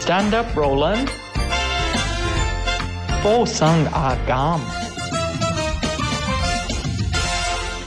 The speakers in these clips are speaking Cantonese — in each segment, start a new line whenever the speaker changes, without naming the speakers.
Stand up, Roland。附送阿減，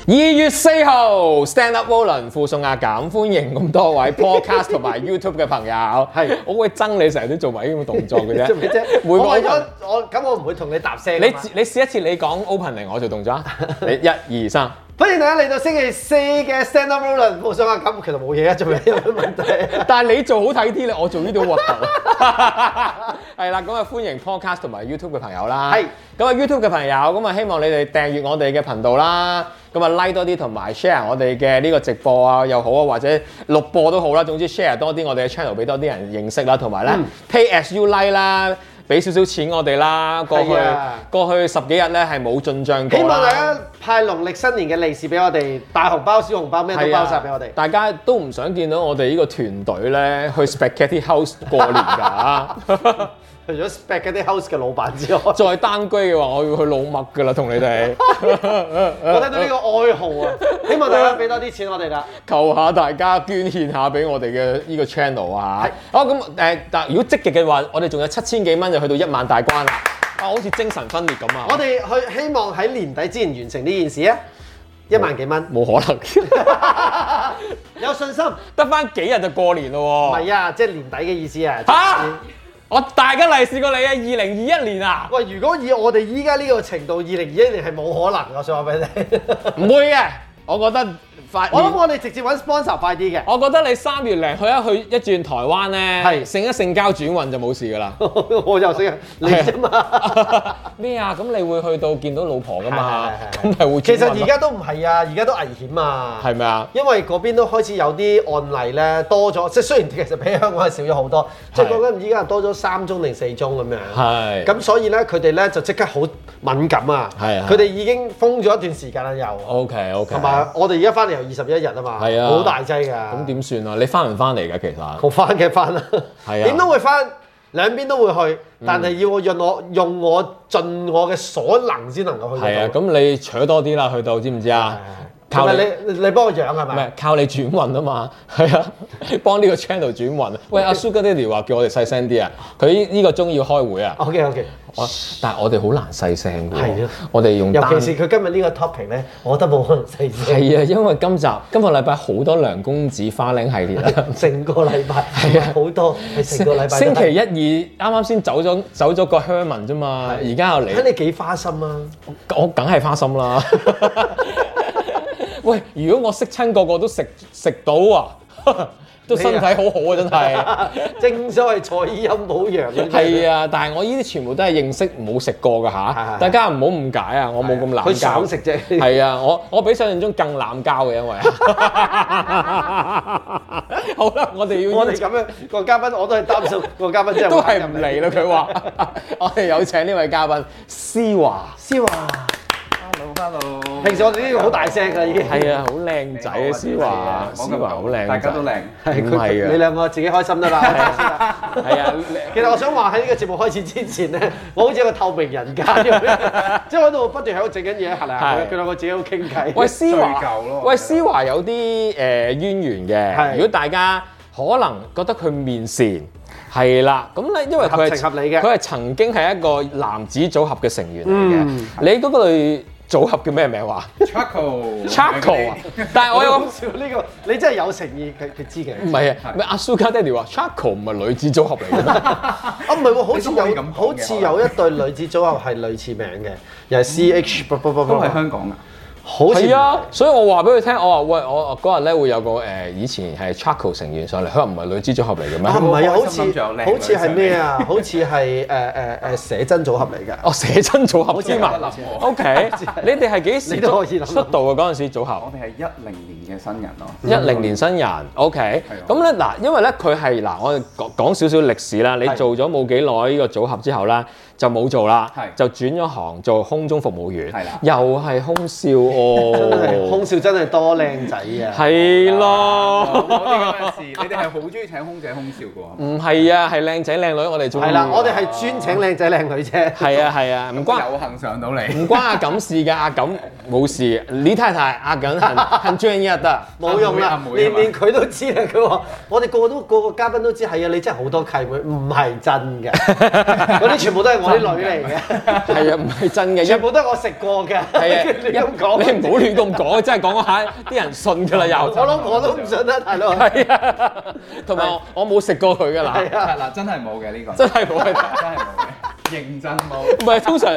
二月四號，Stand Up Roland 附送阿減，歡迎咁多位 Podcast 同 埋 YouTube 嘅朋友。係，我會憎你成日都做埋呢種動作嘅啫。
做咩啫？
每個
我
open-
我我咁我唔會同你搭聲㗎啊
你
嘛。
你試一次你講 opening，我做動作 啊。你一二三，
歡迎大家嚟到星期四嘅 Stand Up Roland 冇想啊咁，其實冇嘢啊，做 咩有咩問題啊？
但係你做好睇啲咧，我做呢啲好核突。 係啦，咁啊歡迎 Podcast 同埋 YouTube 嘅朋友啦。
係。
咁啊 YouTube 嘅朋友，咁啊希望你哋訂閱我哋嘅頻道啦。咁啊 like 多啲同埋 share 我哋嘅呢個直播啊又好啊，或者錄播都好啦。總之 share 多啲我哋嘅 channel 俾多啲人認識啦，同埋咧
嗯
pay as you like 啦，俾少少錢我哋啦。過去
係啊
過去十幾日咧係冇進帳過
希
啦。
望大家派農曆新年嘅利是俾我哋，大紅包、小紅包咩都
啊
包晒俾我哋。
大家都唔想見到我哋呢個團隊咧去 Spaghetti House 過年 㗎。
除咗 spec 嗰啲 house 嘅老闆 之外，
再單居嘅話，我要去老麥㗎啦，同你 哋
我聽到呢個哀號啊！希望大家俾多啲錢我哋啦。
求下大家捐獻下俾我哋嘅呢個 channel 啊嚇。好咁誒，但如果積極嘅話，我哋仲有七千幾蚊就去到一萬大關啦。啊，好似精神分裂咁啊！
我哋去希望喺年底之前完成呢件事啊！一萬幾蚊，
冇可能，
有信心。唔
得翻幾日就過年咯喎。
係啊，即係年底嘅意思啊。
嚇！我大家利是過你啊！二零二一年啊，
喂，如果以我哋依家呢個程度，二零二一年係冇可能㗎，我想話俾你 聽。
唔會嘅，我覺得快。
我諗我哋直接揾 sponsor 快啲嘅。
我覺得你三月零去一去一轉台灣咧，
係
性一性交轉運就冇事㗎啦。
我又識你啫嘛。
咩啊？咁你會去到見到老婆噶嘛？
係係係
咁咪會
其
轉運
實
咯
而家都唔係啊，而家都危險啊。
係咪啊？
因為嗰邊都開始有啲案例咧多咗，即係雖然其實比香港係少咗好多，即係
係
講緊依家多咗三宗定四宗咁樣。
係
咁所以咧，佢哋咧就即刻好敏感啊。
係係
佢哋已經封咗一段時間啦，又
OK OK，
同埋我哋而家翻嚟又二十一日啊嘛，
係啊
好大劑㗎。
咁點算啊？你翻唔翻嚟㗎？其實
我翻嘅翻啦，
係啊嗯
點都會翻，兩邊都會去，但係要我用我用我盡我嘅所能先能夠去
係啊，
得到。
咁你取多啲啦，去到知唔知啊？靠
同埋
你
你你你幫我養係
唔
咪？
係靠你轉運啊嘛， 係啊，幫呢個 channel 轉運。啊喂，阿 Sugar Daddy 話叫我哋細聲啲啊，佢呢呢個鐘要開會啊，
OK OK，
我但係我哋好難細聲㗎
係
喎
啊，
我哋用
尤
單
其是佢今日呢個 topic 咧，我覺得冇可能細聲，
係啊，因為今集今個禮拜好多梁公子花靚系列啦。
成個禮拜係啊好多，係成個禮拜
星期一二啱啱先走咗走咗個 Herman 啫嘛，而家又
睇
嚟，
你幾花心啊！
我梗係花心啦。 喂，如果我識親個個都食食到啊， 都身體好好啊，真 係。
正所謂採陰補陽嘅
係啊，但係我呢啲全部都係認識冇食過㗎
係
嚇，
係
大家唔好誤解啊，我冇咁濫交。
佢想食啫
係啊，我我比想象中更濫交嘅，因 為好啦，我哋要
我哋咁樣個嘉賓我都係 擔心個嘉賓真係
都
玩
係
入
唔嚟啦。佢 話，我哋有請呢位嘉賓思華，
思華，啊
Hello，Hello。
平時我哋呢個好大聲㗎已經。
係啊，好靚仔啊，思華，
我
思華好靚仔，
大家都靚。
唔係啊
你兩個自己開心得啦。
係啊，
其實我想話喺呢個節目開始之前咧， 我好似一個透明人間咁樣， 即係我喺度不斷喺度整緊嘢，行嚟行去，
係
佢兩個自己喺度傾偈。
喂思
追究
華
咯，
喂思華有啲誒呃淵源嘅，
係
如果大家可能覺得佢面善。係啦，咁咧，因為佢
合
係
情合理嘅
佢係曾經係一個男子組合嘅成員嚟嘅。
嗯
你嗰類組合叫咩名話
Charcoal。
？Charcoal 啊！ 但係我 有
好笑呢個，你真係有誠意，佢佢知嘅。
唔係啊，咩阿 Sugar Daddy 話 Charcoal 唔係女子組合嚟嘅咩？
啊，唔係喎，好似
你都可以
有
咁講嘅
好似有一對女子組合係類似名嘅，又係 C
嗯
H 不不不
都
不，
係香港啊㗎。
好似
係啊，所以我話俾佢聽，我話喂，我我嗰日咧會有個誒、呃以前係 Charcoal 成員上嚟，佢話唔係女子組合嚟嘅咩？
啊唔係啊，好
我開
似
心諗仲有靚女
好似係咩啊？好似係誒誒誒寫真組合嚟㗎。
哦，寫真組合之嘛
好似有得諗喎
，OK，你哋係幾時
你都
出
可以諗
出道嘅嗰陣時組合
我？哋係一零年嘅新人咯。
一零年新人，OK，
係啊
咁咧嗱，因為咧佢係嗱，我哋講講少少歷史啦。你
係
做咗冇幾耐呢個組合之後咧，就冇做啦
係，
就轉咗行做空中服務員
係啦，
又係空少
真係
喎。
空少真係多靚仔啊！
係咯，
冇啲咁嘅事，你哦哋係好中意請空姐空少嘅喎。
唔係啊，係靚仔靚女，我哋中意。
係啦，我哋係專請靚仔靚女啫。
係啊係啊，唔關
有幸上到
唔
嚟，
關阿錦事㗎，阿錦冇事。李太太阿錦很很專一的。
冇用
阿
啦
啊
妹阿，妹
連
係嘛
連佢都知啦。佢話： 我哋個個都個個嘉賓都知，係啊，你真係好多契妹，唔係真 嘅，嗰啲全部都係我啲女嚟嘅，
係啊，唔係真嘅，
全
一
部都係我食過嘅。
係啊，
你咁講，
一你唔好亂咁講，真係講嗰下啲人信㗎啦又。
我諗我都唔信啦，大佬。
係啊，同埋我我冇食過佢㗎啦，
係啊，
嗱真係冇嘅呢個，
真係冇嘅。
真係冇嘅，認真
唔
冇。
係通常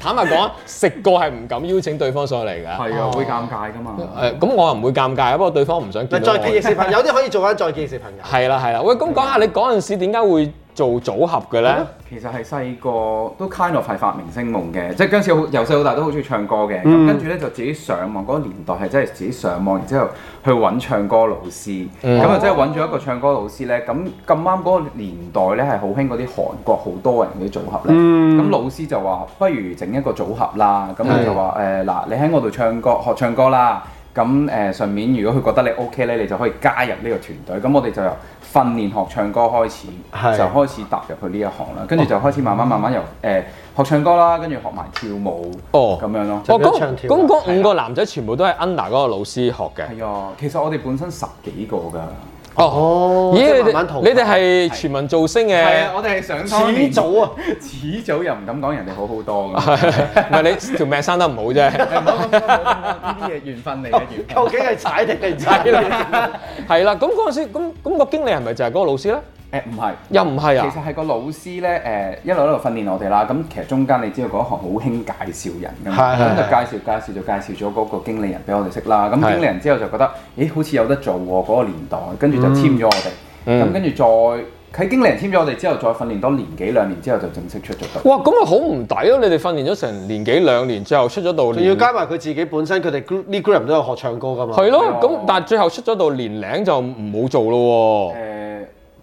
坦白講，食過係唔敢邀請對方上嚟㗎。
係啊，會尷尬㗎嘛。
誒咁我又唔會尷尬，不過對方唔想
咪
見到
再
我。
見亦是朋 友，有啲可以做翻再見亦是朋友。
係啦係啦，喂，咁講下你嗰陣時點解會做組合嘅咧？
其實係細個都 kind of 係發明星夢嘅，即係嗰陣時好由細到大都好中意唱歌嘅。咁、
嗯
跟住咧就自己上網，嗰、個年代係真係自己上網，然之後去揾唱歌老師。
嗯
咁啊、真係揾咗一個唱歌老師咧。咁咁啱嗰個年代咧係好興嗰啲韓國好多人嗰啲組合咧。咁、
嗯
老師就話不如整一個組合啦。咁佢就話誒嗱，你喺我度唱歌學唱歌啦。咁誒、順便，如果佢覺得你 OK 咧，你就可以加入呢個團隊。咁我哋就由訓練學唱歌開始，
係
就開始踏入去呢一行啦，跟住就開始慢慢慢慢由誒、呃、學唱歌啦，跟住學埋跳舞
哦
咁樣咯。
哦，
變咗
咁
唱跳啊
咁
啦
嗰五個男仔全部都係 under 嗰個老師學嘅。
係啊，其實我哋本身十幾個㗎。
哦
哦，即係
咦？你
慢慢
哋
淘
你
汰
哋係全民造星嘅，
啊
啊
我哋係想
始祖啊！
始祖又唔敢講人哋好好 多㗎。
唔係你條命生得唔好啫。
唔好唔好唔好呢啲嘢緣分嚟嘅緣 分。
究竟係踩定定踩
係啦，係啦。咁嗰陣時，咁咁個經理係咪就係嗰個老師咧？
誒呃唔係。
又唔係
哎
其
啊？
實係個老師咧，誒、一路一路訓練我哋啦。咁其實中間你知道嗰行好興介紹人㗎嘛，
係係
咁就介紹介紹就介紹咗嗰個經理人俾我哋識啦。咁
係
經理人之後就覺得，咦，好似有得做喎嗰、個年代，跟住就簽咗我哋。咁、
嗯
跟住再喺經理人簽咗我哋之後，再訓練多年幾兩年之後就正式出咗道。
哇！咁啊好唔抵咯！你哋訓練咗成年幾兩年之後出咗道，
仲要加埋佢自己本身，佢哋 group 呢 group 人都有學唱歌㗎嘛。
係咯
係啊。
咁但係最後出咗道年零就唔好做咯
誒、呃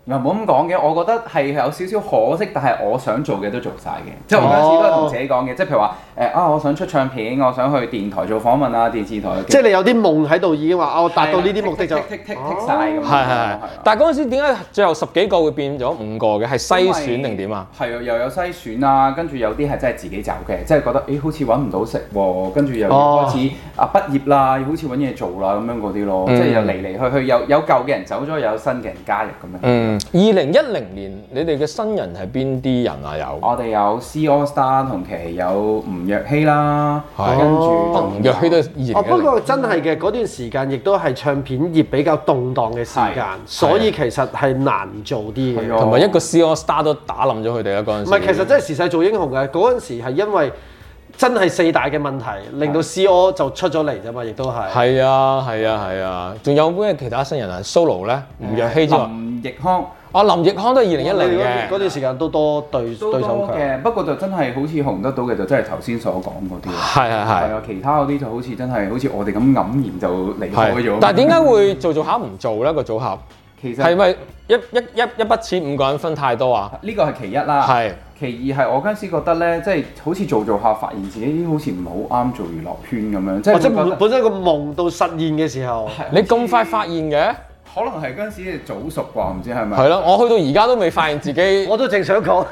又唔好咁講嘅，我覺得係有少少可惜，但係我想做嘅都做晒嘅，即係我嗰陣時都係同自己講嘅，即係譬如話誒、啊，我想出唱片，我想去電台做訪問啊，電視台嘅
即係你有啲夢喺度已經話啊，我達到呢啲目的就哦
剔剔剔剔剔曬咁樣。
喎。係係係。
啊
但係嗰陣時點解最後十幾個會變咗五個嘅？係篩選定點啊？？
係啊，又有篩選啦，跟住有啲係真係自己走嘅，即係覺得誒好似揾唔到食喎，跟住又要
哦
開始啊畢業啦，好似揾嘢做啦咁樣嗰啲咯，
嗯
即係又嚟嚟去去，有有舊嘅人走咗，又有新嘅人加入咁樣。
嗯，二零一零年你哋嘅新人係邊啲人啊？有
我哋有 C All Star 同期有吳若希啦，
係
跟住
哦
吳若希都係二零一
哦，不
零。
過真係嘅嗰段時間，亦都係唱片業比較動盪嘅時間，所以其實係難做啲
係
嘅
啊。
同埋一個 C All Star 都打冧咗佢哋啦嗰陣
唔
時。
係，其實真係時勢做英雄嘅。嗰陣時係因為真係四大嘅問題，令到 C.O. 就出咗嚟啫嘛，亦都係。
係啊，係啊，係啊，仲有咩其他新人啊？Solo 咧，吳若希之外，
林奕康。
啊林奕康都係二零一
我哋
零
嗰嗰
嘅，
段時間都多對
都
對手
多
強。
嘅，不過就真係好似紅得到嘅就真係頭先所講嗰啲啦。
係係
係
係
啊，其他嗰啲就好似真係好似我哋咁黯然就離開
係
咗。。
但係點解會做做下唔做咧個組合？
其實
係咪一一一一筆錢五個人分太多啊？
呢個係其一啦。
係
其二係我嗰陣時覺得咧，即係好似做做下，發現自己好似唔係好啱做娛樂圈咁樣，
哦
即係
或者
會覺得
本本身個夢到實現嘅時候，
你咁快發現嘅？
可能係嗰陣時早熟啩，唔知係咪？
係咯，我去到而家都未發現自己，
我都正 想講，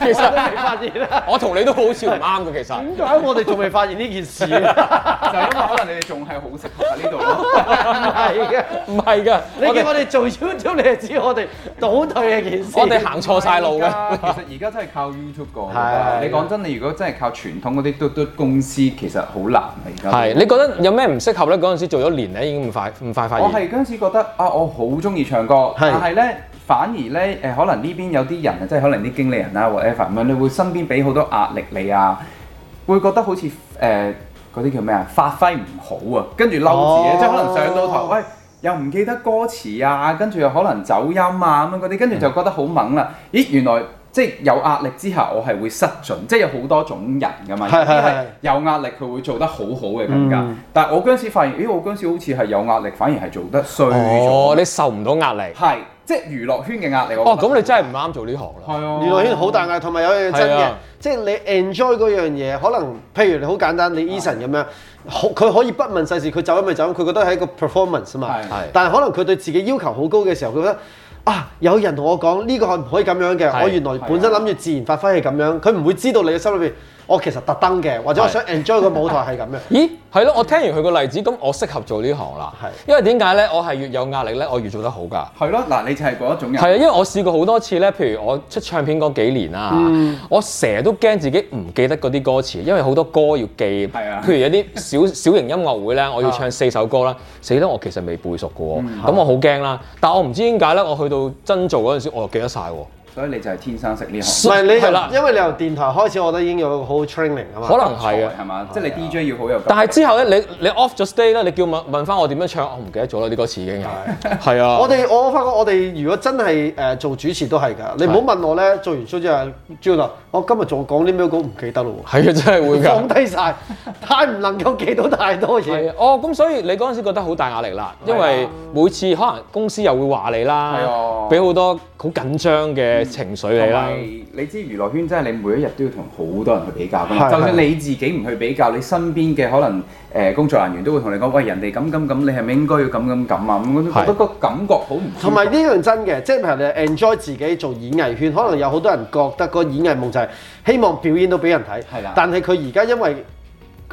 其
我都未
實
發現啊啦。
我同你都好似唔啱嘅，其實。
點解我哋仲未發現呢件事咧？
就因為可能你哋仲係好適合喺呢度咯。
係嘅。
唔係㗎，
你
我
見我
哋
哋做 YouTube，你就知我哋倒退嘅件事。
我哋 行錯晒路嘅。
其實而家真係靠 YouTube 個。
係
你講真，你如果真係靠傳統嗰啲嘟嘟公司，其實好難啊！而家都
係，你覺得有咩唔適合咧？嗰陣時做咗年咧，已經咁快咁快發
我
現。
係嗰陣時覺得啊，我好中意唱歌，但係咧反而咧誒、可能呢邊有啲人啊，即係可能啲經理人啊 whatever 咁樣，你會身邊俾好多壓力你啊，會覺得好似誒嗰啲叫咩啊，發揮唔好啊，跟住嬲自己，
哦
即係可能上到台喂。又唔記得歌詞啊，跟住又可能走音啊咁樣嗰啲，跟住就覺得好猛啦。
嗯
咦，原來即係有壓力之下，我係會失準，即係有好多種人噶嘛。有
係
啲
係
係
係
有壓力，佢會做得好好嘅更加。
嗯
但係我嗰陣時發現，咦，我嗰陣時好似係有壓力，反而係做得衰
哦，
咗。
你受唔到壓力。
係即係娛樂圈嘅壓力。
哦，咁你真
係
係唔啱做呢行啦。
係啊，
娛樂圈好大壓力，同埋有樣嘢真
哦係
嘅
啊，
即係你 enjoy 嗰樣嘢，可能譬如你好簡單，你 Eason 咁樣，可佢可以不問世事，佢走音咪走音，佢覺得係一個 performance 啊嘛
係係。
但係可能佢對自己要求好高嘅時候，佢覺得啊有人同我講呢、個可唔可以咁樣嘅？
係
我原來本身諗住自然發揮係咁樣，佢唔會知道你嘅心裏邊，我其實特登嘅，或者我想 enjoy 個舞台係咁樣。
咦，係咯，我聽完佢個例子，咁我適合做呢行啦。
係
因為點解咧？我係越有壓力咧，我越做得好㗎。
係咯，嗱，你就係嗰一種人。
係啊，因為我試過好多次咧，譬如我出唱片嗰幾年啊，
嗯
我成日都驚自己唔記得嗰啲歌詞，因為好多歌要記。
係啊
譬如有啲小小 型音樂會咧，我要唱四首歌啦，死啦！我其實未背熟嘅喎，
嗯
咁、我好驚啦。但我唔知點解咧，我去到真做嗰陣時，我又記得晒喎。
所以你就係天生食呢行，
唔係你
係啦
由，因為你由電台開始，我覺得已經有個好 training 啊嘛。
可能係啊。
係嘛？即係你 DJ 要好有。
但係之後咧，你你 off 咗 stay 咧，你叫問問翻我點樣唱，我唔記得咗啦，啲歌詞已經有。係啊，
我哋我發覺我哋如果真係誒、呃做主持都係㗎，你唔好問我咧，做完 show 之後，Joe 話我今日仲講啲咩稿唔記得咯喎。
係啊，真係會㗎
放。低晒，太唔能夠記到太多
係
嘢。
啊，哦，咁所以你嗰陣時覺得好大壓力啦，因為每次可能公司又會話你
係
啦
啊，嗯
俾好多好緊張嘅情緒你啦，
你知娛樂圈真係你每一日都要同好多人去比較㗎
啊
嘛，
係
就算你自己唔去比較，你身邊嘅可能誒工作人員都會同你講，喂人哋咁咁咁，你係咪應該要咁咁咁啊？咁我都覺得個感覺好唔舒服
同埋呢樣真嘅，即係譬如你 enjoy 自己做演藝圈，可能有好多人覺得個演藝夢就係希望表演到俾人睇
係啦，
但係佢而家因為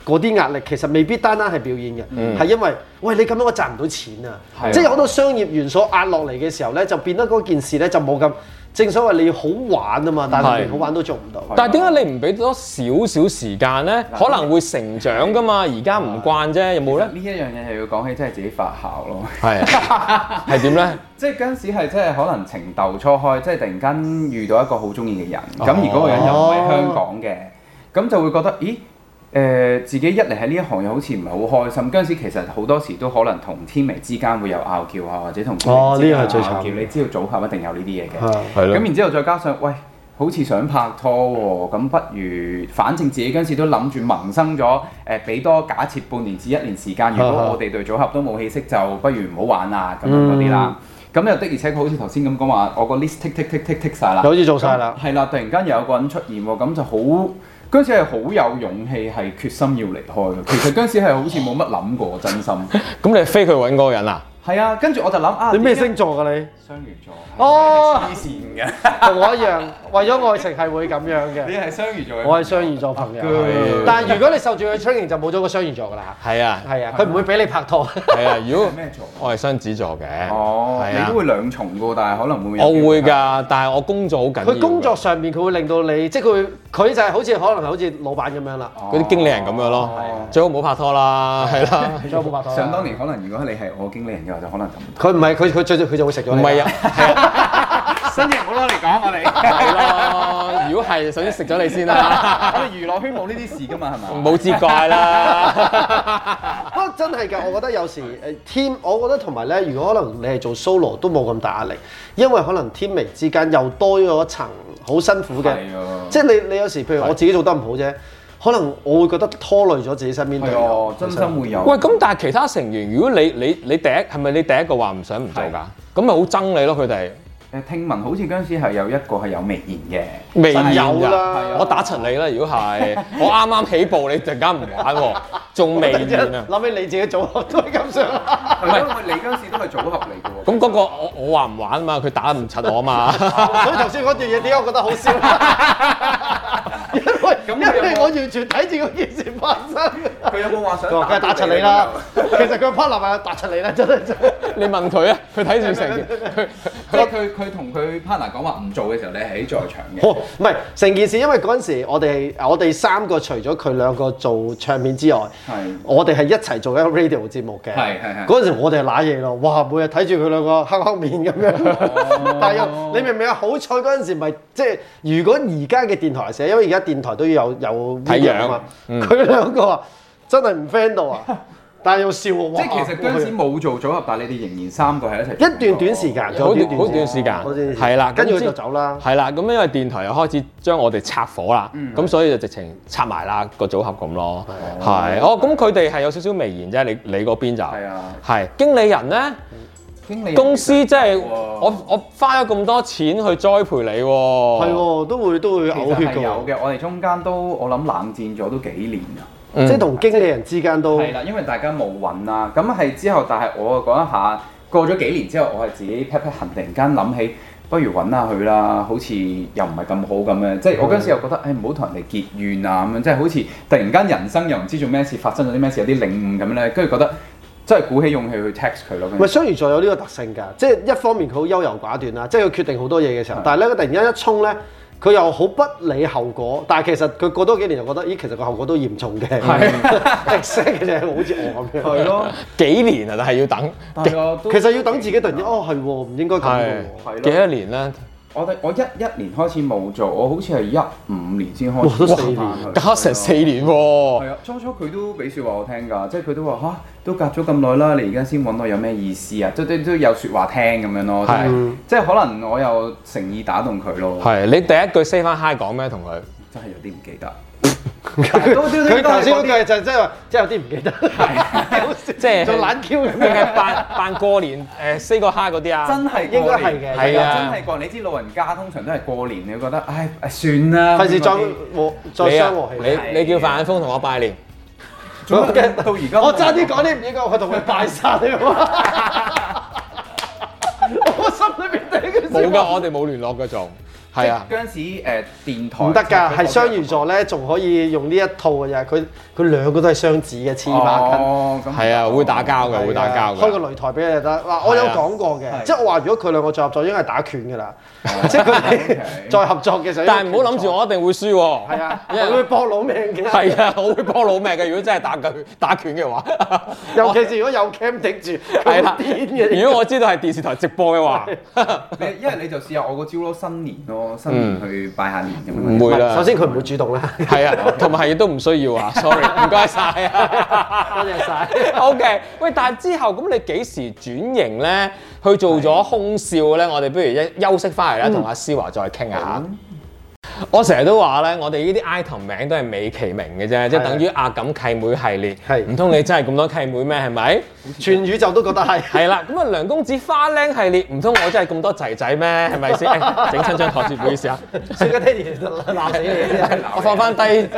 嗰啲壓力，其實未必單單係表演嘅，係、因為喂你咁樣我賺唔到錢啊
嗯係啊，
即係有好多商業元素壓落嚟嘅時候咧，就變得嗰件事咧就冇咁正所謂你要好玩啊嘛，但係啊
係
連好玩都做唔到。
嗯係
但係點解你唔俾多少少時間咧？可能會成長噶嘛，而家唔慣啫，有冇咧？
呢一樣嘢係要講起，真係自己發酵咯。
係啊係點咧？
即係嗰陣時係即係可能情竇初開，即係突然間遇到一個好中意嘅人，咁
哦
而嗰個人又唔係香港嘅，咁就會覺得咦誒、呃自己一嚟喺呢一行又好似唔係好開心。嗰陣時其實好多時都可能同天眉之間會有拗撬啊，或者同天
哦
眉之間
呢個係最
有拗
慘
撬。你知道組合一定有呢啲嘢嘅。
係
係
咁然之後再加上，喂，好似想拍拖喎、咁不如反正自己嗰陣時都諗住萌生咗，誒、俾多假設半年至一年時間，如
啊啊
果我哋對組合都冇氣息，就不如唔好玩啦咁樣嗰啲啦。
嗯
咁又的而且確好似頭先咁講話，我個 list tick tick tick tick tick 曬啦，
又好似做晒啦
咁係啦，突然間又有個人出現喎，咁就好。嗰陣時係好有勇氣，係決心要離開嘅。其實嗰陣時係好似冇乜諗過，真 心。
咁你飛佢揾嗰個人啊？
係啊，跟住我就諗啊，
你咩
點解
星座㗎你？
雙魚座？
哦
黐線嘅，
同我一樣，為咗愛情係會咁樣嘅
你。係雙魚座 嘅。
我係雙魚座朋友
係，
但係如果你受住佢 training 就冇咗個雙魚座㗎啦。
係啊，
係啊，佢唔會俾你拍拖。
係啊，如果
咩座啊
我係雙子座嘅，
哦，
係
你
啊
都會兩重噶，但係可能會有
我會㗎，但係我工作好緊要㗎，
佢工作上面佢會令到你，即係佢會佢就係好似可能係好似老闆咁樣啦。
哦
嗰啲經理人咁樣咯，最好唔好拍拖啦，係啦。
再冇拍拖啦。
想哦當年可能如果你係我經理人嘅話，就 可能就唔
佢唔係佢佢最佢就會食咗
唔
你。
係 啊，係啊，
新嘢唔好攞嚟講我哋。
係咯。如果係，首先食咗你先啦，
我哋娛樂圈冇呢啲事噶嘛，係嘛？
冇志怪啦。
不過哦真係㗎，我覺得有時誒 team，我覺得同埋咧，如果可能你係做 solo 都冇咁大壓力，因為可能 team 微之間又多咗一層好辛苦嘅
係啊，
即係你你有時譬如我自己做得唔好啫，可能我會覺得拖累咗自己身邊隊
係
友
啊，。真心會有。
喂，咁但係其他成員，如果你你你第一係咪你第一個話唔想唔做㗎？咁咪好憎你咯，佢哋
誒聽聞好似嗰陣時係有一個係有微言
未
有
有
啦
係啊
我打柒你啦！如果係我啱啱起步，你陣間唔玩喎，仲 未完啊！
諗起你自己組合都係咁上 下。
嘅，因為你嗰陣時都係組合嚟 嘅喎。
咁嗰個我我話唔玩嘛，佢打唔柒我嘛。
所以頭先嗰段嘢點解我覺得好 笑？因為
咁
因為
有冇
我完全睇住嗰件事發生。
佢有冇話想
佢話梗係打柒你啦，其實佢 partner 咪打柒你啦，真係真係。
你問佢啊，佢睇住成件，佢
即係佢佢同佢 partner 講話唔做嘅時候，你係喺在場 嘅。
哦，唔係成件事，因為嗰陣時我哋我哋三個除咗佢兩個做唱片之外
係，
我哋係一齊做一個 radio 節目嘅。
係係係
嗰陣時我哋係揦嘢咯，哇！每日睇住佢兩個黑黑面咁樣，
哦
但係又你明唔明啊？好彩嗰陣時咪即係，如果而家嘅電台社，因為而家電台都要有有
睇嗯
video 啊嘛，佢兩個啊真係唔 friend 到啊！但係又笑我，哇
即係其實嗰陣時冇做組合，但係你哋仍然三個係一齊。
一段短時間，
好短
仲
好
有
短時間
好短時，間
係啦，
跟住
咁
佢
之
就走啦。
係啦，咁因為電台又開始將我哋拆火啦，咁所以就直情拆埋啦個組合咁咯，係哦，咁佢哋係有少少微言啫，你你嗰邊就
係啊
係經理人咧，
經理
公司即係
喎
我我花咗咁多錢去栽培你喎，
係喎，都會都會
其
嘔
實
血
係
㗎喎
有。嘅，我哋中間都我諗冷戰咗都幾年啊，
嗯
即係同經理人之間都
係啦，因為大家冇揾啦，咁係之後，但係我又講一下，過咗幾年之後，我係自己 pat pat 痕，突然間諗起，不如揾下佢啦，好似又唔係咁好咁樣，即
嗯
係我嗰陣時又覺得，誒唔好同人哋結怨啊咁樣，即係好似突然間人生又唔知做咩事，發生咗啲咩事，有啲領悟咁咧，跟住覺得真係鼓起勇氣去 text 佢咯。跟
喂，
住
雙魚座有呢個特性㗎，即係一方面佢好優柔寡斷啦，即係佢決定好多嘢嘅時候
係，
但係咧佢突然間一衝咧，佢又好不理後果，但係其實佢過多幾年就覺得，咦，其實個後果都嚴重嘅，exact 嘅就係好似我咁樣。
係咯，
幾年啊，但係要等
但係我都
其實要等自己突然間，哦係喎，唔應該咁嘅
係
喎。
係咯
幾多年咧？
我哋我一一年開始冇做，我好似係一五年先開
哇
始
都
慢慢去。
四年
加成四年喎，
係啊，初初佢都俾説話我聽㗎，即係佢都話吓、都隔咗咁耐啦，你而家先揾我有咩意思啊？即都都有説話聽咁樣咯，
係
嗯
即即係可能我又誠意打動佢咯，
係你第一句 say 翻 hi 講咩同佢？
真係有啲唔記得。但係都都都
佢
應該係
頭先嗰
嗰啲
句就即係話，即係有啲唔記得，
即係
仲懶 Q 咁
定
樣。
係扮扮過年誒 say 個 hi 嗰啲啊？
真係
應該係嘅
係
係
啊，
啊
真係過年。你知老人家通常都係過年，你會覺得唉算啦，
費事 裝
嗰啲
和再
你啊
傷和氣。
你你叫范眼峰同我拜 年，
做乜到而家
我爭啲講啲唔應該，我同佢拜山啊嘛！我心裏邊第一句
冇㗎，我哋冇聯絡㗎仲。係啊，
嗰陣時誒電台
唔得㗎，係雙魚座咧，仲可以用呢一套嘅啫。佢佢兩個都係雙子嘅，黐孖筋。
哦，咁
係啊，會打交
係啊
㗎，會打交
開個
㗎。
擂台俾你就得。嗱，我有
係啊
講過
係
嘅，即係我話如果佢兩個再合作，應該係打拳㗎啦。 即係佢
哦 OK
哋再合作嘅時候，
但係唔好諗住我一定會輸喎。
係啊，
因為
佢會搏老命嘅。
係啊，我會幫老命嘅。如果真係打 拳打拳嘅話，
尤其是如果有 cam 頂住，
係
係
啦
啦，癲嘅。
如果我知道係電視台直播嘅話，
你因為你就試下我個招咯，新年咯，新年
嗯
去拜下年咁 樣。
唔會啦。
首 先佢唔會主動啦，
係啊，同埋亦都唔需要啊。Sorry，唔 該晒啊。
多謝晒。
OK，喂，但係之後咁你幾時轉型咧？去做咗空少咧？我哋不如一休息翻嚟咧，同阿思華再傾下。
啊
我成日都話咧，我哋呢啲 item 名都係美其名嘅啫，即係
係
等於阿錦契妹系列。
係
唔通你真係咁多契妹咩？係咪？
全宇宙都覺得係。
係啦，咁啊梁公子花靚系列，唔通我真係咁多仔仔咩？係咪 先？哎整親張台先，唔好意思啊，
小家爹哋就鬧死你啊
我 放翻低。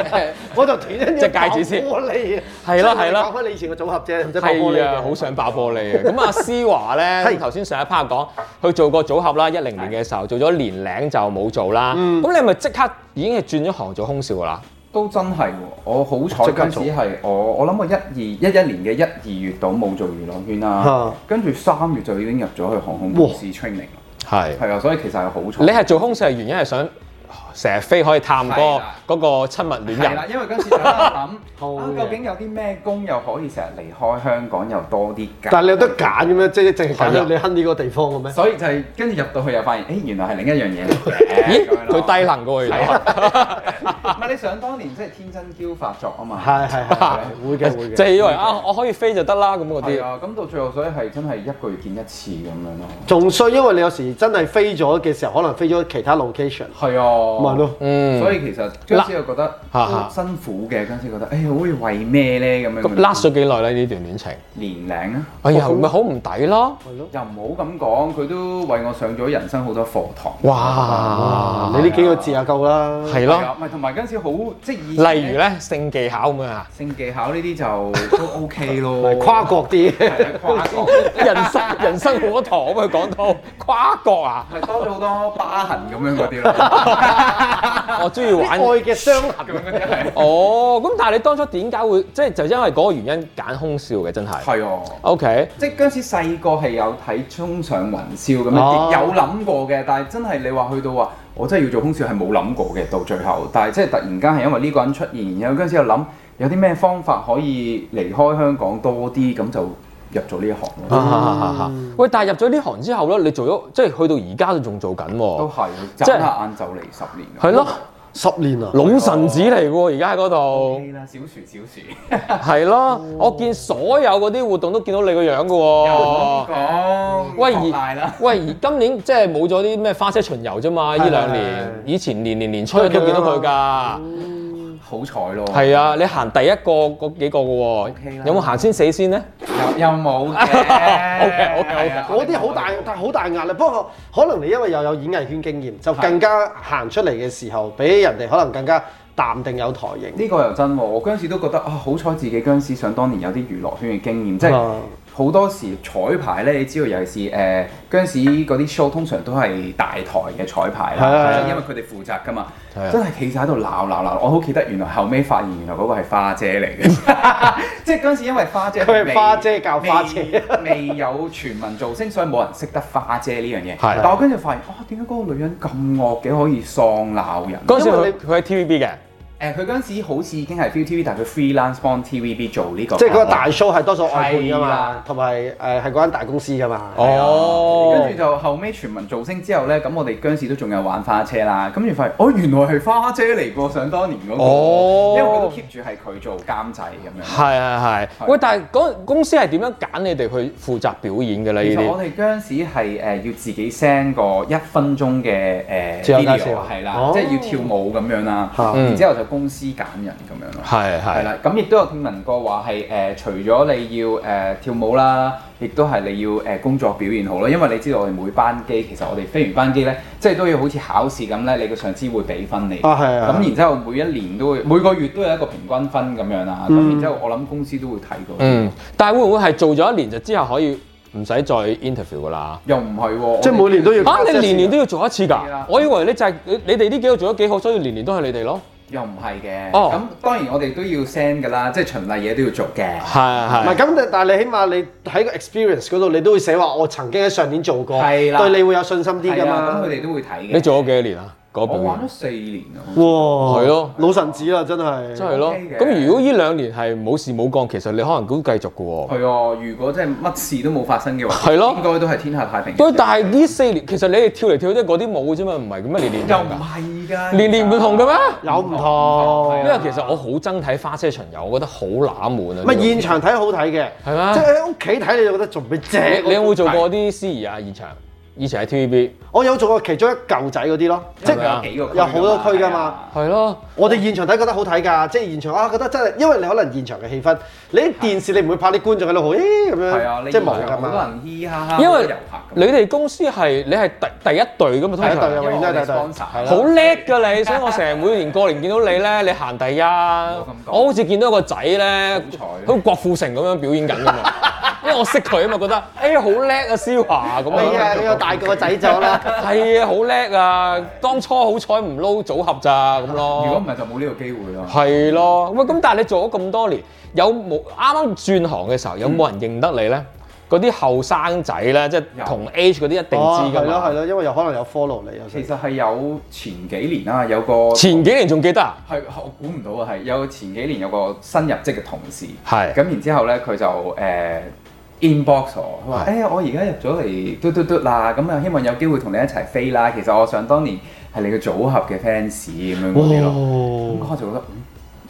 我就斷一隻
隻戒指先
玻璃啊！
係咯係咯
講翻你以前個組合啫，唔使爆玻璃
係啊，
嘅。
好想爆玻璃啊！咁啊，思華咧
係
頭先上一 part 講，佢做過組合啦，一零年嘅時候做咗年零就冇做啦。咁、
嗯
你係咪即刻已經係轉咗行做空少㗎啦？
都真係喎，我好彩嗰陣時係我，我諗我一二一一年嘅一二月度冇做娛樂圈啦
嚇，
跟住三月就已經入咗去航空公司 training 啦，
係
係啊，所以其實係好彩。
你係做空少嘅原因係想哦成日飛可以探
係
嗰
啦
嗰個親密戀
係
人
啦，。因為嗰陣時就喺度
好
諗
嘅
啊，究竟有啲咩工又可以成日離開香港又多啲假？
但係你有得揀嘅咩？即係淨係揀
係啊
到你亨呢個地方嘅咩？
所以就係跟住入到去又發現，誒原來係另一樣嘢嚟嘅
咦，
咁樣啊咯
佢低能㗎喎，原來。
唔係你想當年真係天真嬌發作啊嘛，
係係係係會嘅會
就係
嘅。
以為啊，我可以飛就得啦咁嗰
係
啲。
啊，咁到最後所以係真係一個月見一次咁樣咯。
仲衰，因為你有時真係飛咗嘅時候，可能飛咗其他 location，
係啊，
咪係咯。
嗯，
所以其實嗰陣時又覺得
嚇嚇
嗯辛苦嘅，嗰陣時覺得，哎呀，好似為咩咧咁樣。
咁 last 咗幾耐咧呢段戀情？
年齡啊，
哎呀，咪好唔抵咯！
又唔好咁講，佢都為我上咗人生好多課堂。
哇，
你呢幾個字啊夠啦。
係
係
咯，
啊，咪同埋嗰陣時好即係以前
例如咧性技巧咁樣啊，
性技巧呢啲就 都 OK 咯
咪，跨國啲，
係啊跨國。
人 生人生好多堂啊咁佢講到跨國啊，
咪多咗好多疤痕咁樣嗰啲 咯，
我中意
啲
玩。
愛嘅傷痕。
咁樣嗰啲係
哦，咁但係你當初點解會即係就因為嗰個原因揀空少嘅真係
係啊。
？OK，
即係嗰陣時細個係有睇《衝上雲霄》咁樣，
哦
有諗過嘅。但係真係你話去到話，我真係要做空少係冇諗過嘅，到最後。但係即係突然間係因為呢個人出現，然後嗰陣時又諗有啲咩方法可以離開香港多啲，咁就入咗呢一行咯。
啊
嗯
喂，但係入咗呢行之後咧，你做咗即係去到而家都仲做緊
都
喎，
係
即
眨
係
下眼就嚟十年啦。
係咯，
十年啊！
龍神子嚟嘅喎，而家喺嗰度。
OK 啦，小薯小薯，
係咯，
嗯
我見所有嗰啲活動都見到你個樣嘅
又
喎。
講
哦喂
講大啦
而。喂而今年即係冇咗啲咩花車巡遊啫嘛，呢兩年以前年年年初一都見到佢
嗯
㗎。
好彩咯，
係啊，你行第一個嗰幾個嘅
OK 啦
喎，有冇行先死先咧？
又又 冇嘅
OK，OK，OK
係啊
嗰啲好大，但係好大壓力。不過可能你因為又有演藝圈經驗，就更加行出嚟嘅時候，比人哋可能更加淡定有台型。
呢個又真喎，我嗰陣時都覺得啊，好彩自己嗰陣時想當年有啲娛樂圈嘅經驗，即係
啊
好多時彩排咧，你知道尤其是誒嗰陣時嗰啲 show 通常都係大台嘅彩排
係啊
啦
係啊，
因為佢哋負責噶嘛
係啊，
真係企晒喺度鬧鬧鬧，我好記得原來後尾發現原來嗰個係花姐嚟嘅， 即係嗰陣時因為花姐
佢係
未
花姐教花姐
未未有全民造星，所以冇人識得花姐呢樣嘢。
係
但我跟住發現啊，點解嗰個女人咁惡嘅，可以喪鬧人？
嗰陣時
因為
佢佢喺 TVB 嘅，
誒佢嗰陣時好似已經係 ViuTV，但係佢 freelance 幫 TVB 做呢個，
即係嗰個大 show 係多數外判㗎
係
嘛
啦，
同埋誒係嗰間大公司㗎嘛。
哦
啊跟住就後尾全民造星之後咧，咁我哋嗰陣時都仲有玩花車啦，跟住發現哦原來係花姐嚟過，想當年嗰個，
哦
因為佢都 keep 住係佢做監製咁樣。
係係係。
係
喂，但係嗰公司係點樣揀你哋去負責表演嘅咧？
其
呢
實我
啲
哋嗰陣時係誒要自己 send 個一分鐘嘅誒
自我介紹
video 係啦
哦，
即係要跳舞咁樣啦，
嚇
然之後就公司揀人咁樣咯。
係
係
係
啦，咁亦都有聽聞過話係誒，除咗你要誒、呃跳舞啦，亦都係你要誒、呃工作表現好啦，因為你知道我哋每班機其實我哋飛完班機咧，即係都要好似考試咁咧，你個上司會俾分你。
啊係啊
咁然之後每一年都會每個月都有一個平均分咁樣啊啦。咁、
嗯
然之後我諗公司都會睇到。
嗯，但係會唔會係做咗一年就之後可以唔使再 interview 㗎啦？
又唔係喎，
即係每年都要
啊！你年年
都
都要做一次
係
㗎
啊？
我以為你就係你你哋呢幾個做得幾好，所以年年都係你哋咯。
又唔係嘅。
哦
咁當然我哋都要 send 㗎啦，即係循例嘢都要做嘅。
係
唔係。咁，但係你起碼你喺個 experience 嗰度，你都會寫話我曾經喺上年做過，對
係啦
你會有信心啲㗎
係啊，
嘛
咁佢。哋都會睇嘅。
你做咗幾多年啊？嗰個
我
表
玩咗
演
四年啊。
哇
係咯
老臣子啦，真係。
真係咯。
OK 嘅
咁如果呢兩年係冇事冇幹，其實你可能都繼續㗎喎。
係啊，如果真係乜事都冇發生嘅話，
係咯
應該都係天下太平。
喂，但係呢四年其實你哋跳嚟跳去都係嗰啲舞啫嘛，唔係咁咩年年都
又
係
唔
㗎
係㗎，
年年唔同嘅咩？
有唔
係
同
啊
因。為其實我好憎睇花車巡遊，我覺得好乸悶啊！
唔係現場睇好睇嘅，
係咩
即係喺屋企睇你就覺得仲咩
你
啫？
你有冇做過啲司儀啊？現場以前喺 TVB
我有做過其中一嚿仔嗰啲咯，即
因為
係
啊有幾個區㗎嘛
有好多區㗎嘛。。
係咯，
我哋現場睇覺得好睇㗎，即係現場啊覺得真係，因為你可能現場嘅氣氛，你喺電視你唔會拍啲觀眾喺度好咦咁
係啊，
樣，
你
即係冇㗎
好多
嘛。
人嘻哈
啊
哈，
因
好多
為
遊客
你哋公司係你係第第一隊咁嘛，通
第一隊
常
啊。永遠都係第一隊
因為我哋 sponsor
係啦
好叻㗎你，所以我成日每年過年見到你咧， 你行第一。
講
我好似見到個仔咧，
好彩
好似郭富城咁樣表演緊㗎嘛。 因為我識佢啊嘛，覺得誒好叻啊，思華咁
哎呀，
樣。
你又大個仔咗啦，
係啊，好叻啊！當初好彩唔撈組合咋咁咯。
如果唔係就冇呢個機會咯。
係咯，喂，咁但係你做咗咁多年，有冇啱啱轉行嘅時候有冇人認得你咧？嗰啲後生仔咧，即係
有
同 age 嗰啲一定知
哦係
㗎
咯係
嘛。
咯，因為有可能有 follow 你有時
其實係有前幾年啦，有個
前幾年仲記得啊？
係我估唔到啊，係有前幾年有個新入職嘅同事，
係
咁然之後咧佢就誒、呃 inbox 我，佢話哎
係
誒我而家入咗嚟嘟嘟嘟啦，咁啊希望有機會同你一齊飛啦。其實我想當年係你嘅組合嘅 fans 咁樣嗰啲咯，咁
哦，
我就覺得。嗯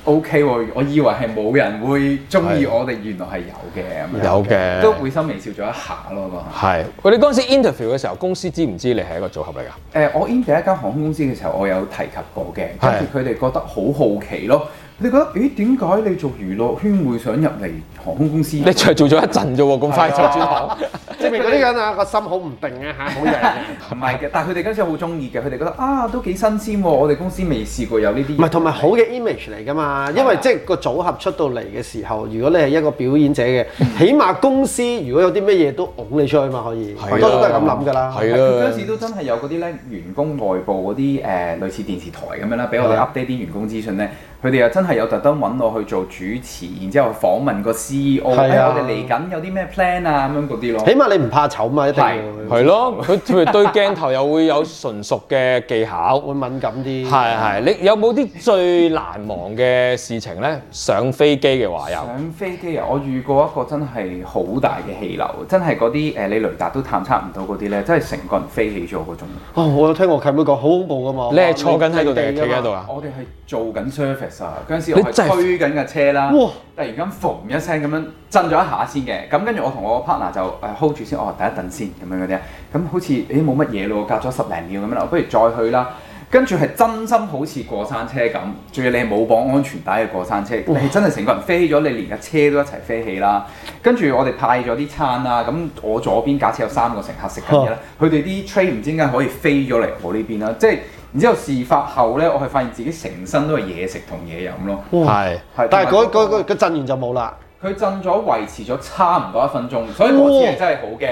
O K 喎，我以為係冇人會中意我哋，原來係有嘅，咁樣
有嘅
都會心微笑咗一下咯啊嗰下。
係。喂，你嗰陣時 interview 嘅時候，公司知唔知你係一個組合嚟㗎？
誒、我 in 第一間航空公司嘅時候，我有提及過嘅，跟住佢哋覺得好好奇咯。佢哋覺得，咦，點解你做娛樂圈會想入嚟航空公司？
你就係做咗一陣啫喎，咁快就轉行。
證明嗰啲人啊個心好唔定嘅嚇，好曳嘅。
唔係嘅，但係佢哋嗰陣時好中意嘅，佢哋覺得啊，都幾新鮮喎！我哋公司未試過有呢啲嘢。啊
唔係同埋好嘅 image 嚟㗎嘛，因為即係個組合出到嚟嘅時候，如果你係一個表演者嘅，起碼公司如果有啲乜嘢都拱你出去嘛，可以，
係
多
啦
數都係啊咁諗㗎啦。
係
係
啦
嗰陣時都真係有嗰啲咧員工內部嗰啲誒類似電視台咁樣啦，俾我
啊
哋 update 啲員工資訊咧，佢哋又真係有特登揾我去做主持，然之後訪問個 CEO，
係啊
哎我哋嚟緊有啲咩 plan 啊咁樣嗰啲咯。
起碼你唔怕醜嘛，一定
係
要
係咯，佢譬如對鏡頭又會有純熟嘅技巧。
會敏感啲。
係係，你有冇啲最難忘嘅事情咧？上飛機嘅話有。
上飛機啊！我遇過一個真係好大嘅氣流，真係嗰啲誒你雷達都探測唔到嗰啲咧，真係成個人飛起咗嗰種。
哦，我有聽我契妹講，好恐怖噶嘛！
你係坐緊喺度定係企喺度？啊？
我哦哋係做緊 surface 啊！嗰陣時
你
我
真
係
係
推緊架車啦，
哇
突然間嘣一聲咁樣震咗一下先嘅。咁跟住我同我 partner 就誒 hold 住先，哦，等一等先咁樣嗰啲啊。咁好似誒冇乜嘢咯，隔咗十零秒咁樣啦，我不如再去啦。跟住係真心好似過山車咁，仲要你係冇綁安全帶嘅過山車，你係真係成個人飛起咗，你連架車都一齊飛起啦。跟住我哋派咗啲餐啦，咁我左邊假設有三個乘客食緊嘢啦，佢哋啲 tray 唔知點解可以飛咗嚟我呢邊啦，即係然之後事發後咧，我係發現自己成身都係嘢食同嘢飲咯。
係
係
但係嗰
同
嗰
埋
嗰嗰陣完就冇啦，
佢震咗維持咗差唔多一分鐘，所以嗰次係真係好驚。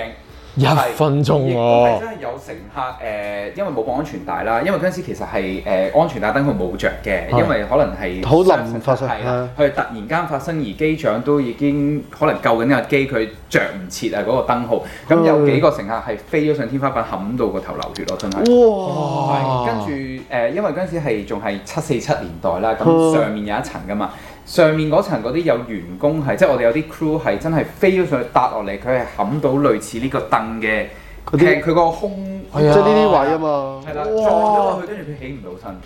一分鐘
亦都
喎
係真係有乘客誒、因為冇綁安全帶啦，因為嗰陣時其實係誒、安全帶燈佢冇着嘅，因為可能係
好臨發生
係啦，佢突然間發生而機長都已經可能救緊架機，佢着唔切啊嗰個燈號，咁有幾個乘客係飛咗上天花板冚到個頭流血咯，真係。啊
哦
係跟住誒，因為嗰陣時係仲係七四七年代啦，
嗯
咁上面有一層噶嘛，上面嗰層嗰啲有員工係，即係我哋有啲 crew 係真係飛咗上去搭落嚟，佢係冚到類似呢個凳嘅，
嗰啲
踢佢個胸，
即係呢啲位啊嘛。
係啦，撞咗落去，跟住佢起唔到身，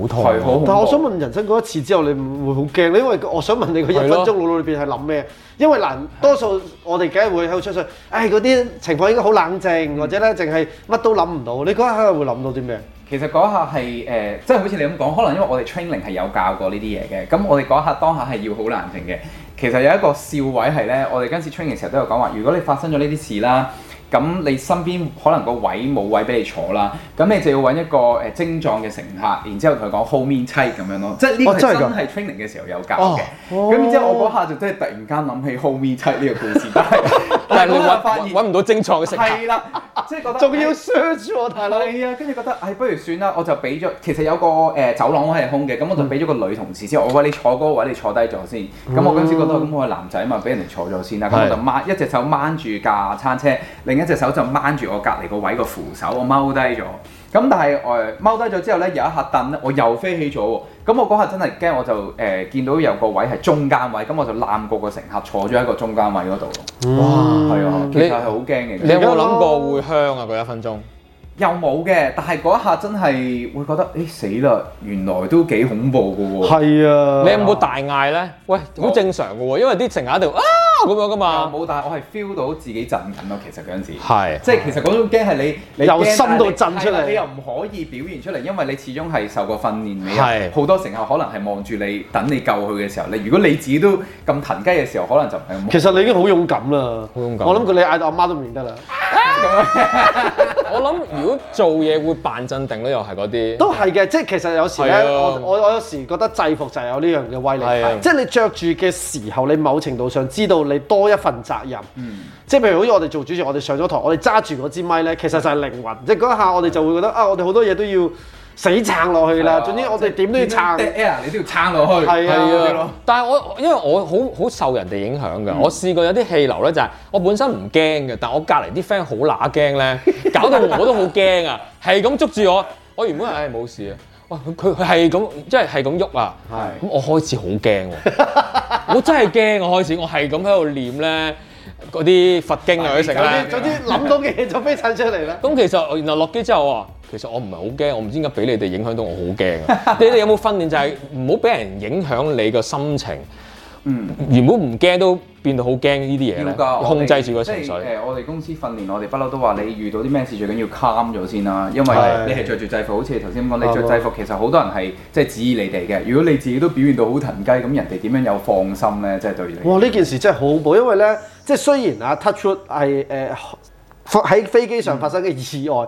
好痛啊
係好恐怖。
但係我想問人生嗰一次之後，你唔會好驚咧？因為我想問你個一
係
分
咯
鐘腦腦裏邊係諗咩？因為嗱，多數我哋梗係會喺度吹水，誒嗰啲情況應該好冷
嗯
靜，或者咧淨係乜都諗唔到。你嗰一刻會諗到啲咩？
其實嗰下係誒，即係好似你咁講，可能因為我哋 training 係有教過呢啲嘢嘅，咁我哋嗰下當下係要好冷靜嘅。其實有一個笑位係咧，我哋嗰陣時 training 成日都有講話，如果你發生咗呢啲事啦，咁你身邊可能個位冇位俾你坐啦，咁你就要揾一個誒精壯嘅乘客，然之後同佢講 hold me tight 咁樣咯，即係呢個
哦
係
真係㗎
真係 training 嘅時候有教嘅。咁然之後我嗰下就真係突然間諗起 hold me tight 呢個故事，但係
但係你
嗰下發
揾
現
揾唔到精壯嘅 食客，
係啦，即係覺
嗯
得
仲要 search 喎，大佬。
係啊，跟住覺得，唉、不如算啦，我就俾咗，其實有個誒、呃走廊位係空嘅，咁我就
嗯
俾咗個女同事之後，我話你坐嗰個位，你坐低咗先。咁我嗰陣時覺
嗯
得，咁我係男仔嘛，俾人哋坐咗先啦。咁我就掹一隻手掹住架餐車，另一隻手就掹住我隔離個位個扶手，我踎低咗。咁但係誒踎低咗之後咧，有一下凳咧，我又飛起咗喎。咁我嗰下真係驚，我就誒、呃、見到有個位係中間位，咁我就攬過個乘客坐咗喺個中間位嗰度咯。
哇！
係啊，其
你
實係好驚嘅。
嗯你有冇諗過會香啊？嗰一分鐘
又冇嘅，但係嗰一下真係會覺得，誒死啦！原來都幾恐怖嘅喎。
係啊，
嗯
你有冇大嗌咧？喂，好
冇
正常嘅喎，因為啲乘客一定啊咁樣噶
啊
嘛。
冇，但係我係 feel 到自己震緊咯。其實嗰陣時，
係
即係其實嗰種驚係你，你
由
驚
心
但係你
到震出嚟
係啦你又唔可以表現出嚟，因為你始終係受過訓練，你
係
有好多乘客可能係望住你等你救佢嘅時候，你如果你自己都咁騰雞嘅時候，可能就唔係咁
其實你已經好勇敢啦，
好勇敢
我諗佢你嗌到阿媽都唔認得啦，
我諗如果做嘢會扮鎮定咧，又係嗰啲。
都係嘅，即係其實有時咧，
係啊
我我我有時覺得制服就係有呢樣嘅威
係啊
力，即係你着住嘅時候，你某程度上知道你多一份責任。
嗯
即係譬如好似我哋做主持，我哋上咗堂，我哋揸住嗰支咪咧，其實就係靈魂，即係嗰一下我哋就會覺得啊，我哋好多嘢都要死撐落去
啊
啦。總之我哋點都要撐。
dead air 你都要撐落去。
係
係
啊
咯，
但係我因為我好好受人哋影響㗎，我試過有啲氣流咧，就係我本身唔驚嘅，但我隔離啲 friend 好乸驚咧，搞到我都好驚啊，係咁捉住我，我原本係唉冇事啊，哇佢佢佢係咁即係係咁喐啊，咁我開始好驚喎，我真係驚我開始，我係咁喺度念咧嗰啲佛經啊嗰啲成
總
咧
之。總之諗到嘅嘢就飛曬出嚟啦。
咁其實我然後落機之後啊，其實我唔係好驚，我唔知點解俾你哋影響到我好驚啊！ 你哋有冇訓練就係唔好俾人影響你個心情？
嗯。
原本唔驚都變到好驚呢啲嘢
要
咧，
㗎，
控制住個情
即
緒
係。誒，我哋公司訓練，我哋不嬲都話你遇到啲咩事最緊要 calm 咗先啦，因為
係
你係着住制服，好似你頭先咁講，你着制服其實好多人係即係指意你哋嘅。如果你自己都表現到好騰雞，咁人哋點樣有放心咧？即係對你。
哇！呢件事真係好恐怖，因為咧，即係雖然啊 Touchwood 係誒喺飛機上發生嘅意外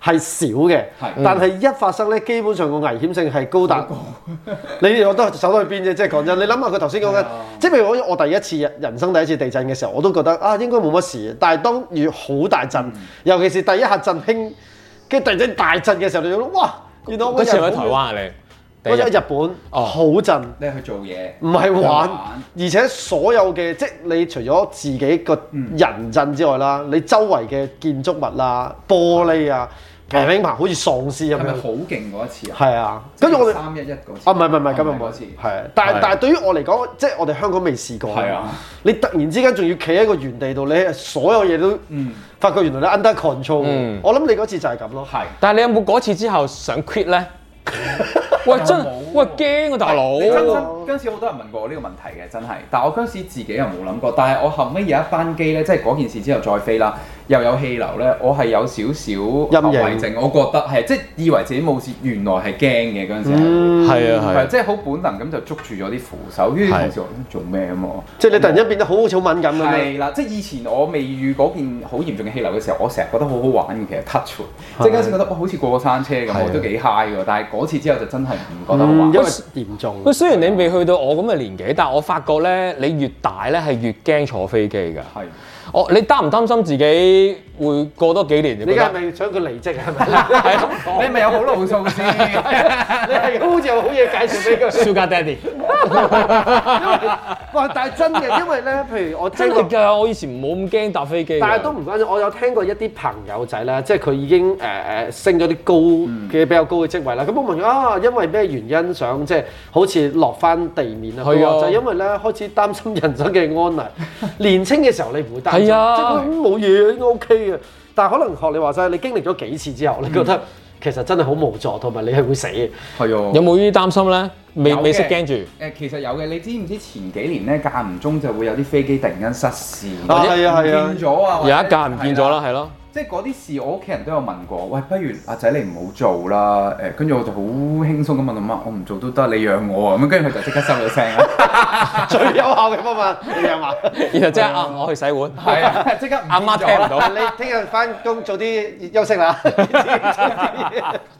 係少嘅
係，
但係一發生咧，基本上個危險性係高達。 你我都走到去邊啫，即係講真，你諗下佢頭先講緊，
啊
即係譬如我我第一次人生第一次地震嘅時候，我都覺得啊應該冇乜事，但係當遇好大
嗯
震，尤其是第一下震興，跟住突然間大震嘅時候，你就覺得哇！原來我
嗰次係咪喺
日
台
本
灣啊你？第
我
一
喺
日
日本
哦
好震。
你去做嘢，
唔係玩
玩，
而且所有嘅即係你除咗自己個
嗯
人陣之外啦，你周圍嘅建築物啦、玻璃啊、平平棚好似喪屍咁
係咪
樣，
好勁嗰一次啊？
係啊。跟住我哋
三哦一一嗰次。
啊，唔係唔係唔係今日
嗰
冇
次。
係但係
係
但係對於我嚟講，即係我哋香港未試過。
係啊，
你突然之間仲要企喺個原地度，你所有嘢都
嗯
發覺原來你 under control
嗯。
我諗你嗰次就係咁咯。
係。
但係你有冇嗰次之後想 quit 咧？ 喂真
冇喎
喂驚啊大佬！
你真心
哦
嗰陣時好多人問過我呢個問題嘅，真係。但係我嗰陣時自己又冇諗過，但係我後尾有一班機咧，即係嗰件事之後再飛啦。又有氣流咧，我係有少少後遺症，我覺得係即係以為自己冇事，原來係驚嘅嗰陣時係。
嗯
係啊係
係
啊。
即係好本能咁就捉住咗啲扶手，跟住
係
同時我做咩咁啊？
即係你突然間變得好好似好敏感咁樣。
係啦，即係以前我未遇嗰件好嚴重嘅氣流嘅時候，我成日覺得好好玩嘅，其實 touch wood 即係嗰陣時覺得哇，好似過個山車咁，我都幾 high 㗎。但係嗰次之後就真係唔覺得好
嗯，
玩
因。為嚴重。
喂，雖然你未去到我咁嘅年紀，但係我發覺咧，你越大咧係越驚坐飛機㗎。
係
我你擔唔擔心自己會過多幾年？你
你
覺
而家係
得
咪想佢離職啊係 咪？
你哦係咪有好路數先？
你係好似有好嘢介紹俾佢。
Sugar Daddy
哇！但係真嘅，因為咧，譬如我
真
聽過
係㗎，我以前冇咁驚搭飛機㗎。
但係都唔關事，我有聽過一啲朋友仔咧，即係佢已經誒誒、呃升咗啲高嘅比較高嘅職位啦。咁、我問佢啊，因為咩原因想即係好似落翻地面啊？佢
係啊
話就因為咧開始擔心人生嘅安 危。年青嘅時候你唔會擔心，
係啊
即係覺得冇嘢應該 OK 嘅。但係可能學你話齋，你經歷咗幾次之後，你覺得其實真係好無助，同埋你係會死嘅。
係啊
有。冇呢啲擔心咧？未未識驚住。
誒，其實有嘅，你知唔知前幾年咧間唔中就會有啲飛機突然間失事，
啊
或者
係啊係啊
唔見咗啊，
有一架唔見咗啦，係咯。
即係嗰啲事，我屋企人都有問過，喂，不如阿仔你唔好做啦。誒，跟住我就好輕鬆咁問阿媽，我唔做都得，你養我啊。咁跟住佢就即刻收咗聲啦。
最有效嘅方法， 你明嘛？
然後即係啊，我去洗碗。
係啊， 即刻
阿媽聽唔
啦。
到。
但你聽日翻工早啲休息 啦。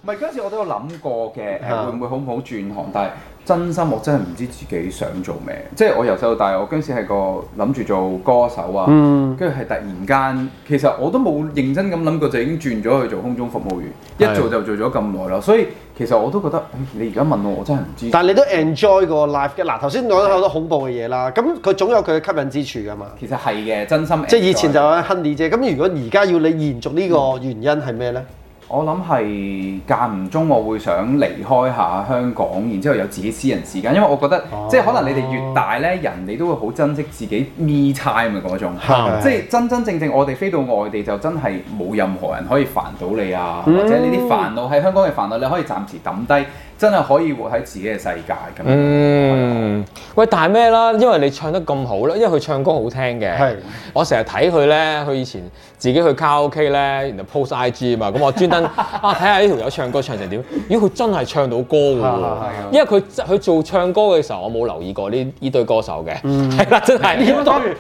唔係嗰陣時我都有諗過嘅，
啊
誒會唔會好唔好轉行？但係真心我真係唔知自己想做咩。即係我由細到大，我嗰陣時係個諗住做歌手啊，
嗯
跟住係突然間，其實我都冇認真咁諗過，就已經轉咗去做空中服務員，一做就做咗咁耐啦。所以其實我都覺得，誒哎你而家問我，我真係唔知。
但係你都 enjoy 個 life 嘅。嗱，頭先講咗好多恐怖嘅嘢啦，咁佢總有佢嘅吸引之處㗎嘛。
其實係嘅，真心
即係以前
enjoy
就係 Honey 啫，咁如果而家要你延續呢
嗯
個原因係咩咧？
我諗係間唔中，我會想離開下香港，然之後有自己私人時間，因為我覺得、
哦
即係可能你哋越大呢，人你都會好珍惜自己 me time 嘅嗰種，
係
即係真真正正我哋飛到外地就真係冇任何人可以煩到你啊，
嗯
或者呢啲煩惱喺香港嘅煩惱，你可以暫時抌低，真係可以活喺自己嘅世界咁樣。
嗯，喂，但係咩啦？因為你唱得咁好啦，因為佢唱歌好聽嘅
係。
我成日睇佢咧，佢以前自己去卡拉 OK 咧，然後 post IG 嘛，咁我專 登啊睇下呢條友唱歌唱成點。咦，佢真係唱到歌㗎
係係啊
喎！因為佢佢做唱歌嘅時候，我冇留意過呢呢堆歌手嘅，
嗯
係啦，真係。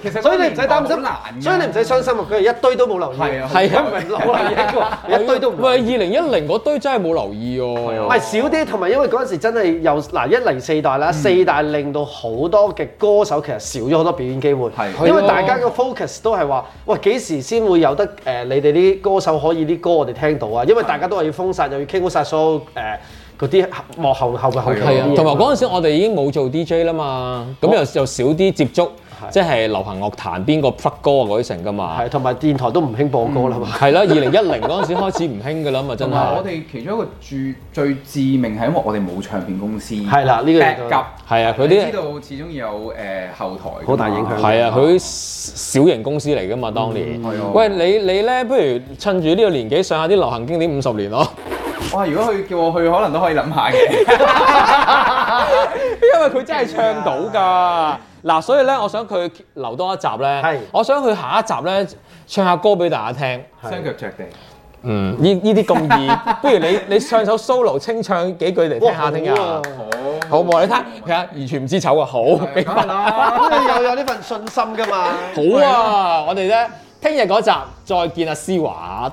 其實
所以你唔使擔
好
心
難㗎，
所以你唔使傷心啊！佢係一堆都冇留意，
係 啊
係啊
佢唔係冇留意一個，一堆都
喂，
冇
二
留意。
零一零嗰堆真係冇留意喎。啊
唔係啊少啲，同埋因為嗰陣時真係由嗱一嚟四大啦，四大令到好多嘅歌手其實少咗好多表演機會，
係
因為大家嘅 focus 都係話，喂幾時先會有得誒、呃你哋啲歌手可以啲歌我哋聽到啊？因為大家都話要封殺，又要傾好晒所有誒嗰啲幕後後後後期
係啊
嗰啲，嘢
同埋嗰陣時我哋已經冇做 DJ 啦嘛，咁又又少啲接觸，即係流行樂壇邊個 plug 歌啊嗰啲成噶嘛。
係同埋電台都唔興播歌啦嘛。
係啦，二零一零嗰陣時開始唔興噶啦嘛，真
同啊埋我
係。
哋其中一個最最致命係因為我哋冇唱片公司，
係啦呢個嘢就
back up
係啊，佢
你知
啲
道始終有誒、呃、後台㗎嘛
好大影響
係啊，佢小型公司嚟噶嘛，當年
係啊。
喂，你你咧，不如趁住呢個年紀上下啲流行經典五十年咯，
哇！如果佢叫我去，可能都可以諗下嘅。
因為佢真係唱到㗎。嗱，所以咧，我想佢留多一集
係
咧，我想佢下一集咧唱下歌俾大家聽。
雙腳着地，
嗯，呢呢啲咁易， 不如你你唱首 solo 清唱幾句嚟聽下聽下，
好，啊
好唔好？你睇下，其實完全唔知醜啊，好俾分
梗係啦。
咁你又有呢份信心㗎嘛？
好啊！我哋咧聽日嗰集再見阿思華。